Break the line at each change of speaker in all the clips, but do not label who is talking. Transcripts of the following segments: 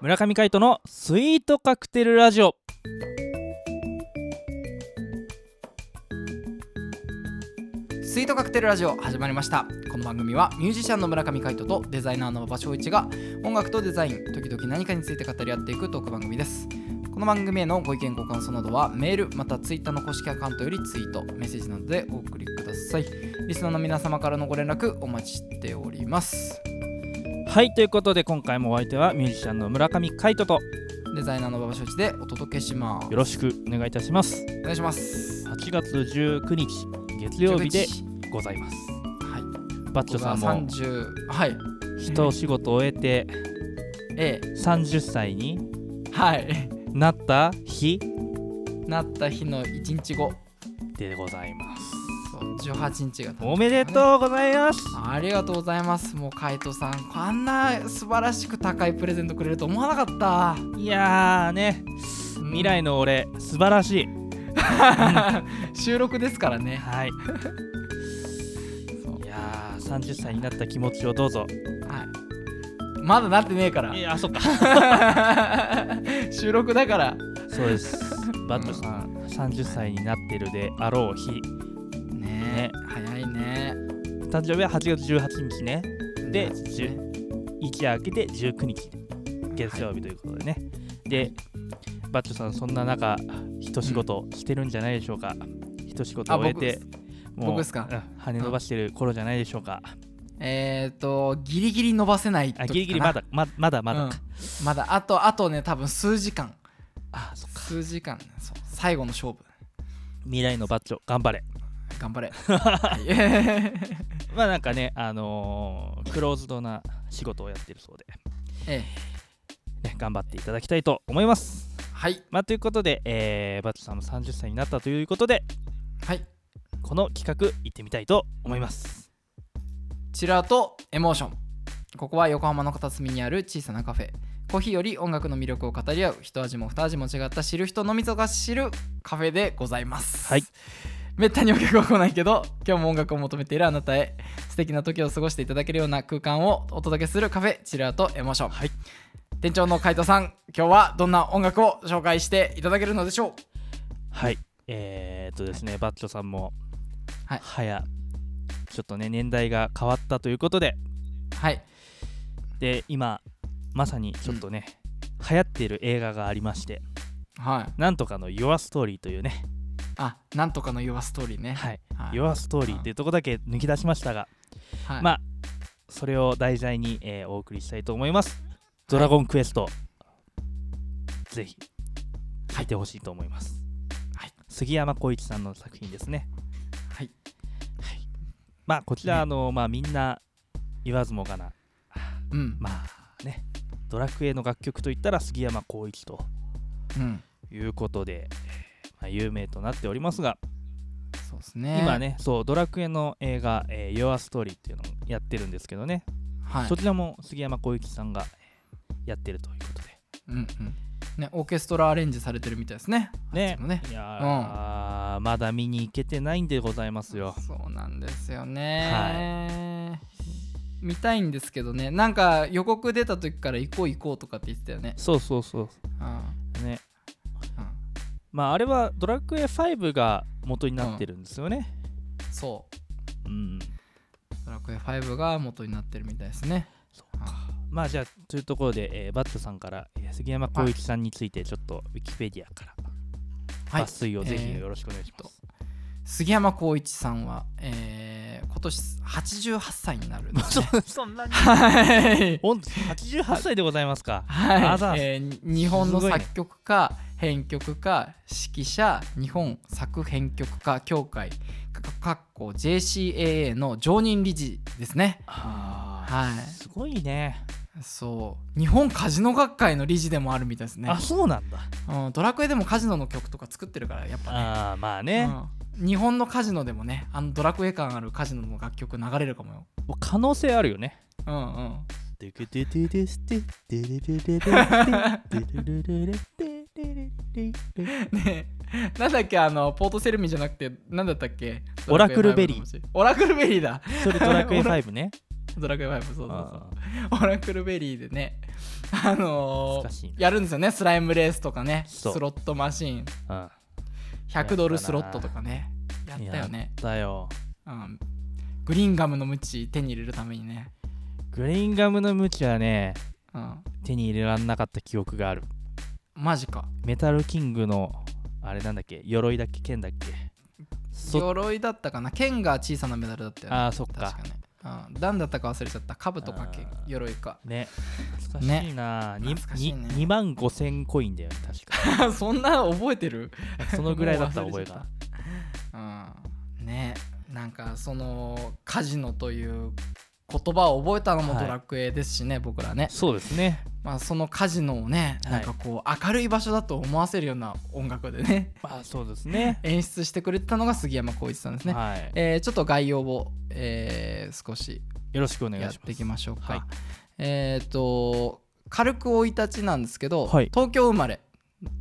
村上海人のスイートカクテルラジオ
スイートカクテルラジオ始まりましたこの番組はミュージシャンの村上海人とデザイナーの馬場翔一が音楽とデザイン時々何かについて語り合っていくトーク番組ですこの番組へのご意見ご感想などはメールまたツイッターの公式アカウントよりツイートメッセージなどでお送りくださいリスナーの皆様からのご連絡お待ちしております
はいということで今回もお相手はミュージシャンの村上海人と
デザイナーの馬場翔一でお届けします
よろしくお願いいたします
お願いします
8月19日月曜日でございます
はい
バッチョさんも
30はい
一仕事終えて
A
30歳に
はい
なった日
なった日の1日後
でございます
そう18日が
おめでとうございます
ありがとうございます。もう海斗さん、あんな素晴らしく高いプレゼントくれると思わなかった。
いやーね未来の俺素晴らしい
収録ですからね。
はい
そう
いやー30歳になった気持ちをどうぞ
はい。まだなってねえから。
えーあそっか
収録だから。
そう ですバットさん、30歳になってるであろう日
ねえ、早いね。
誕生日は8月18日ねで
うん
じゅ一夜明けて19日月曜日ということでね、でバッチョさんそんな中一仕事してるんじゃないでしょうか、一仕事
あ
終え
僕で
て
す僕ですか
うん跳ね伸ばしてる頃じゃないでしょうか、
えっ、ー、と、ギリギリ伸ばせない時か
あ
な。
ギリギリまだままだまだ、
うんまだ、あと、あとね、多分数時間。
あそっか
数時間。そう最後の勝負。
未来のバッチョ頑張れ
頑張れ。はい
まあなんかねあのークローズドな仕事をやってるそうで、
ええ、
ね、頑張っていただきたいと思います
はい。
まあということで、えーバッチョさんも30歳になったということで
はい。
この企画行ってみたいと思います
チルアートエモーションここは横浜の片隅にある小さなカフェコーヒーより音楽の魅力を語り合う一味も二味も違った知る人のみぞが知るカフェでございます
はい
めったにお客は来ないけど今日も音楽を求めているあなたへ素敵な時を過ごしていただけるような空間をお届けするカフェチルアートエモーション、
はい
店長の海斗さん今日はどんな音楽を紹介していただけるのでしょう
はい、えー、っとですね、バッチョさんも、
はい
や、ちょっとね、年代が変わったということで、
はい
で、今、まさにちょっとね、流行っている映画がありまして、
はい
なんとかの Your Story というね、
あなんとかの Your Story ね
はい、
はい
Your Story っていうとこだけ抜き出しましたが、
はい
まあ、それを題材に、えーお送りしたいと思います。ドラゴンクエスト、ぜひ、書いてほしいと思います。
はい
杉山浩一さんの作品ですね。
はい
まあこちら、
ね
あのまあみんな言わずもがな
うん
まあねドラクエの楽曲といったら杉山浩一と
うん
いうことで、まあ、有名となっておりますが、
そうですね
今ねそうドラクエの映画「えー Your Story」っていうのもやってるんですけどね、
はい
そちらも杉山浩一さんがやってるということで
うんうんね、オーケストラアレンジされてるみたいですね。あ
ね
っちもね
いやー、まだ見に行けてないんでございますよ
そうなんですよね、見たいんですけどね、なんか予告出た時から行こう行こうとかって言ってたよね。
そうそうそ
うん
うね
うん
まああれはドラクエ5が元になってるんですよね
そう。
うん
ドラクエ5が元になってるみたいですね。
そうかまあじゃあというところで、えーバットさんから、えー杉山浩一さんについてちょっとウィキペディアから
はい
抜。粋をぜ
え
ひ
ー
よろしくお願いします。
杉山浩一さんは、えー、今年88歳になる んですね。
そそんなに
はい。
本当88歳でございますか。あざ
は
っ
い、
す
えー日本の
すごいね
作曲家、編曲家指揮者日本作編曲家協会かかっこ JCAA の常任理事ですね
あー
は
すごいね。
いそう日本カジノ学会の理事でもあるみたいですね
あそうなんだ。
うん、ドラクエでもカジノの曲とか作ってるからやっぱね
あーまあね、も
うん日本のカジノでもねあのドラクエ感あるカジノの楽曲流れるかもよ
う可能性あるよね。
うんうん
でけでででしてででででででででででででででで
ねなんだっけあのポートセルミじゃなくてなんだったっけ
オラクルベリ
ーオラクルベリーだ
それドラクエ5ね。
ドラクエ5そうそうそう
あ
オラクルベリーでねあ
ー懐
の
かしい
ー、やるんですよねスライムレースとかねス
そう
ロットマシーン
な。うん
100ドルスロットとかねやったよね、
だよ。
うん、グリーンガムのムチ手に入れるためにね、
グリーンガムのムチはね、
うん、
手に入れらんなかった記憶がある。
マジか
メタルキングの、あれなんだっけ、鎧だっけ、剣だっけ。そ
鎧だったかな剣が小さなメダルだったよね
ああ、そっ
確
か
か。ねうん、何だったか忘れちゃった兜か剣
あー
鎧か
ね、懐かしいな。に
懐かしいね
に2万5千コインだよね、確か。
そんな覚えてる
そのぐらいだった覚えが。
がうんねなんかそのカジノという言葉を覚えたのも
はい
ドラクエですしね、僕らね、
そうですね。
まあ、そのカジノをね、
はい
なんかこう明るい場所だと思わせるような音楽でね
まあそうですね。
演出してくれてたのが杉山浩一さんですね、
はい。
えーちょっと概要を、えー少し
よろしくお願いし
や
ま
っ
す。
ていきましょうか、
はい
えっ、と軽く生い立ちなんですけど、
はい
東京生まれ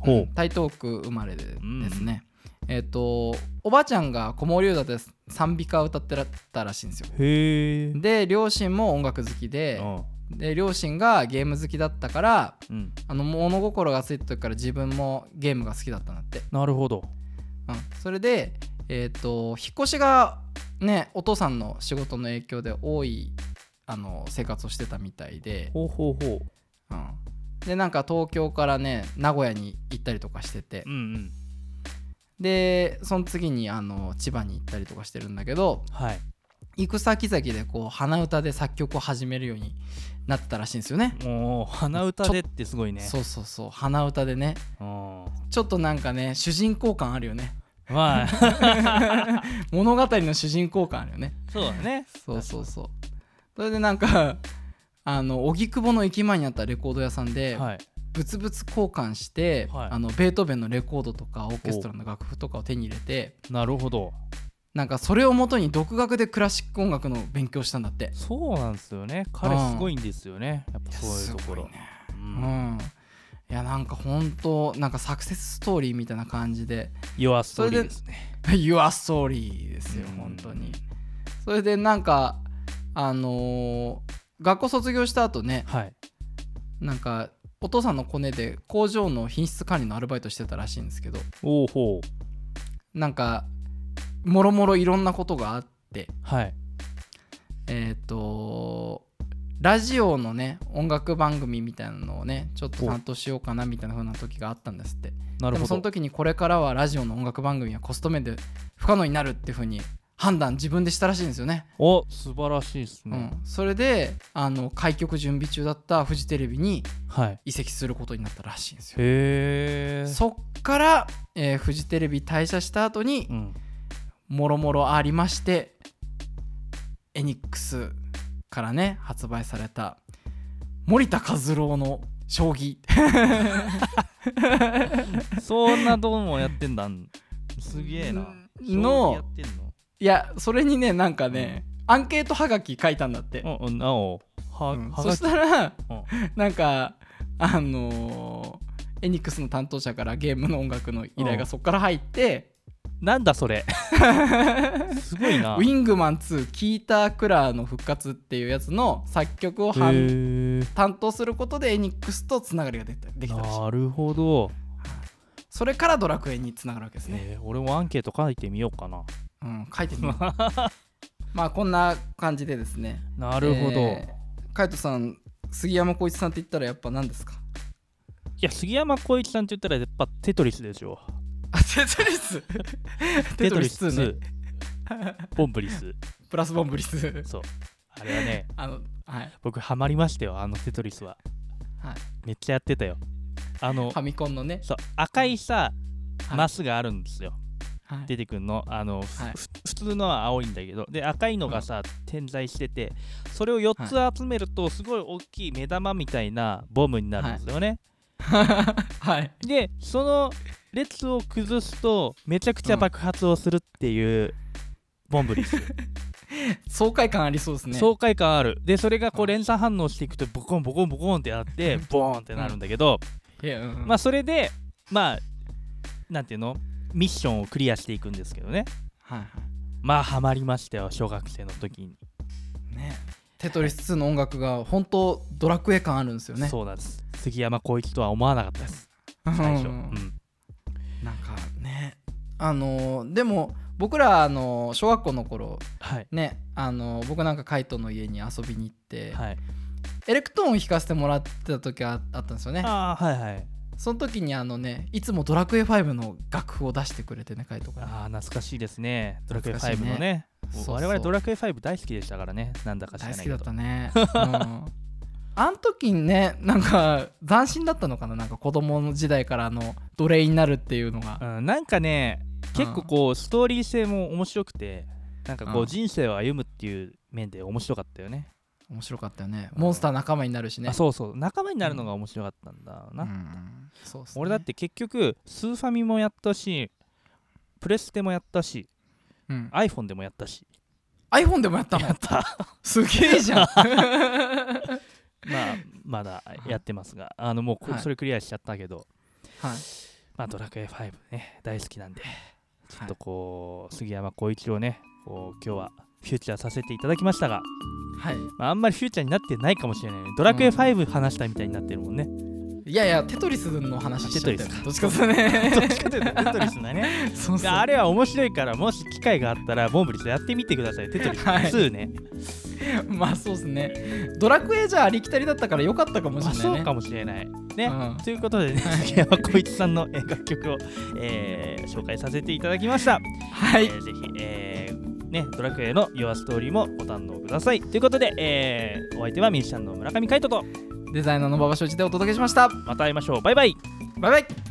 ほう
うん台東区生まれで
ん
ですね、えっ、とおばあちゃんが子守歌で賛美歌を歌ってたらしいんですよ
へえ。
で両親も音楽好きで
うん
で両親がゲーム好きだったから
うん。
あの物心がついた時から自分もゲームが好きだったんだって、
なるほど。
うん、それでえっ、と引っ越しがねお父さんの仕事の影響で多いあの生活をしてたみたいで、
ほうほうほう。
うん、でなんか東京からね名古屋に行ったりとかしてて
うんうん。
でその次にあの千葉に行ったりとかしてるんだけど
はい。
行く先々でこう鼻歌で作曲を始めるようになったらしいんですよね。
もう鼻歌でってすごいね。
そうそうそう鼻歌でね
うん。
ちょっとなんかね主人公感あるよね
まあ
物語の主人公感あるよね
そうだね。
そうそうそうそれでなんか あの荻窪の駅前にあったレコード屋さんで、
はい。
物々交換して、
はい
あのベートーベンのレコードとかオーケストラの楽譜とかを手に入れて
なるほど。
なんかそれをもとに独学でクラシック音楽の勉強したんだって
そうなんですよね。彼
うん
すごいんですよね。やっぱそういうところ。
すごいね
う
うんんいやなんか本当なんかサクセスストーリーみたいな感じで
Your Story
それで
ですね。
Your Story ですよ
うん
本当にそれでなんかあのー学校卒業した後ね
はい。
なんかお父さんのコネで工場の品質管理のアルバイトしてたらしいんですけど
おおほう。
なんかもろもろいろんなことがあって
はい。
えっ、とラジオのね音楽番組みたいなのをねちょっと担当しようかなみたいな風な時があったんですって
な
で
る
も
ほ
その
ど。
時にこれからはラジオの音楽番組はコスト面で不可能になるっていう風に判断自分でしたらしいんですよね、
お素晴らしいです
う
ね。
ん、それであの開局準備中だったフジテレビに
はい。
移籍することになったらしいんですよ
へえ。
そっから、えーフジテレビ退社した後に
うん。
もろもろありましてエニックスからね発売された森田和郎の将棋
そんなどうもやってんだ。すげえな。将棋
の
やってんの
いやそれにねなんかね、アンケートはがき書いたんだって、
うんうん、なお、は、
うん
は
そ
が
し
き、
たら
うん
なんかあのーエニックスの担当者からゲームの音楽の依頼がそっから入って、
なんだそ れ。すごいな。
ウィングマン2キータークラーの復活っていうやつの作曲をはん
へえ
担当することでエニックスとつながりができたできたらしい
なるほど、
それからドラクエにつながるわけですね、
えー俺もアンケート書いてみようかな。
うん、書いてみようまあこんな感じでですね
なるほど。
えーカイトさん杉山浩一さんって言ったらやっぱ何ですか
い や、杉山浩一さんって言ったらやっぱテトリスでしょ。
あテト リステトリス2ね
テトリス2ボンブリ ス。
プラスボンブリス
そう。あれはね、
あのはい
僕ハマりましたよ、あのテトリスは。
はい
めっちゃやってたよ。あの
ファ、ミコンのね、
そう、赤いさ、
はい
マスがあるんですよ。
はい
出てくんのあの、ふ
はい
ふ普通のは青いんだけどで赤いのがさ、点在しててそれを4つ集めるとすごい大きい目玉みたいなボムになるんですよね、
はい
でその列を崩すとめちゃくちゃ爆発をするっていうボンブリス、
爽快感ありそうですね
爽快感あるでそれがこ
う
うん連鎖反応していくとボコンボコンボコンってなってボーンってなるんだけど、
いやうん
まあそれでまあなんていうのミッションをクリアしていくんですけどね
はいは
まあハマりましたよ小学生の時に、
いねテトリス2の音楽が本当ドラクエ感あるんですよね
そうなんです杉山浩一とは思わなかったです
うん
最初、うん
なんかねあのーでも僕らあのー小学校の頃
はい
ねあのー僕なんかカイトの家に遊びに行って、
はい
エレクトーンを弾かせてもらってた時はあったんですよね
ああはいはい
その時にあのねいつも「ドラクエ5」の楽譜を出してくれてねカイトがね
ああ懐かしいですねドラクエ
懐かしい
5の
ね
ね
そうそう
我々ドラクエ5大好きでしたからねなんだか知らない
大好
け
き
ど
だったね、うん、あの時にねなんか斬新だったのかななんか子供の時代からあの奴隷になるっていうのが、
うん、なんかね結構こうストーリー性も面白くてなんかこ
うん
う人生を歩むっていう面で面白かったよね、
面白かったよね
うん
モンスター仲間になるしね
あそうそう仲間になるのが面白かったんだろうな、
うんそうっすね
俺だって結局スーファミもやったしプレステもやったし
うん
iPhone でもやったし
iPhone でもやったの
やった
すげえじ ゃん
まあまだやってますがあのもうこ
はい
それクリアしちゃったけど、
はい
まあドラクエ5ね大好きなんでちょっ
はい
とこう杉山浩一をねこう今日はフューチャーさせていただきましたが
はい、
まあ、あんまりフューチャーになってないかもしれないねドラクエ
うん
5話したみたいになってるもんね。
いやいやテトリスの話しちゃったよ
テト
どっちかというと ね
どっちかというとテトリスだね。
そう
い
そう
やあれは面白いからもし機会があったらボンブリスやってみてください。テトリス
はい
2ね。
まあそうですねドラクエじゃありきたりだったから良かったかもし
まあ
れない
そ
ね
うかもしれない。ね。
うん
ということでね、杉山浩一さんのえー楽曲を、えー紹介させていただきました。
は
え
い
ーぜひ、えーね、ドラクエの Your Story もご堪能ください。ということで、えーお相手はミュージシャンの村上海人と
デザイナーの馬場所一でお届けしました
また会いましょう。バイバイ
バイバイ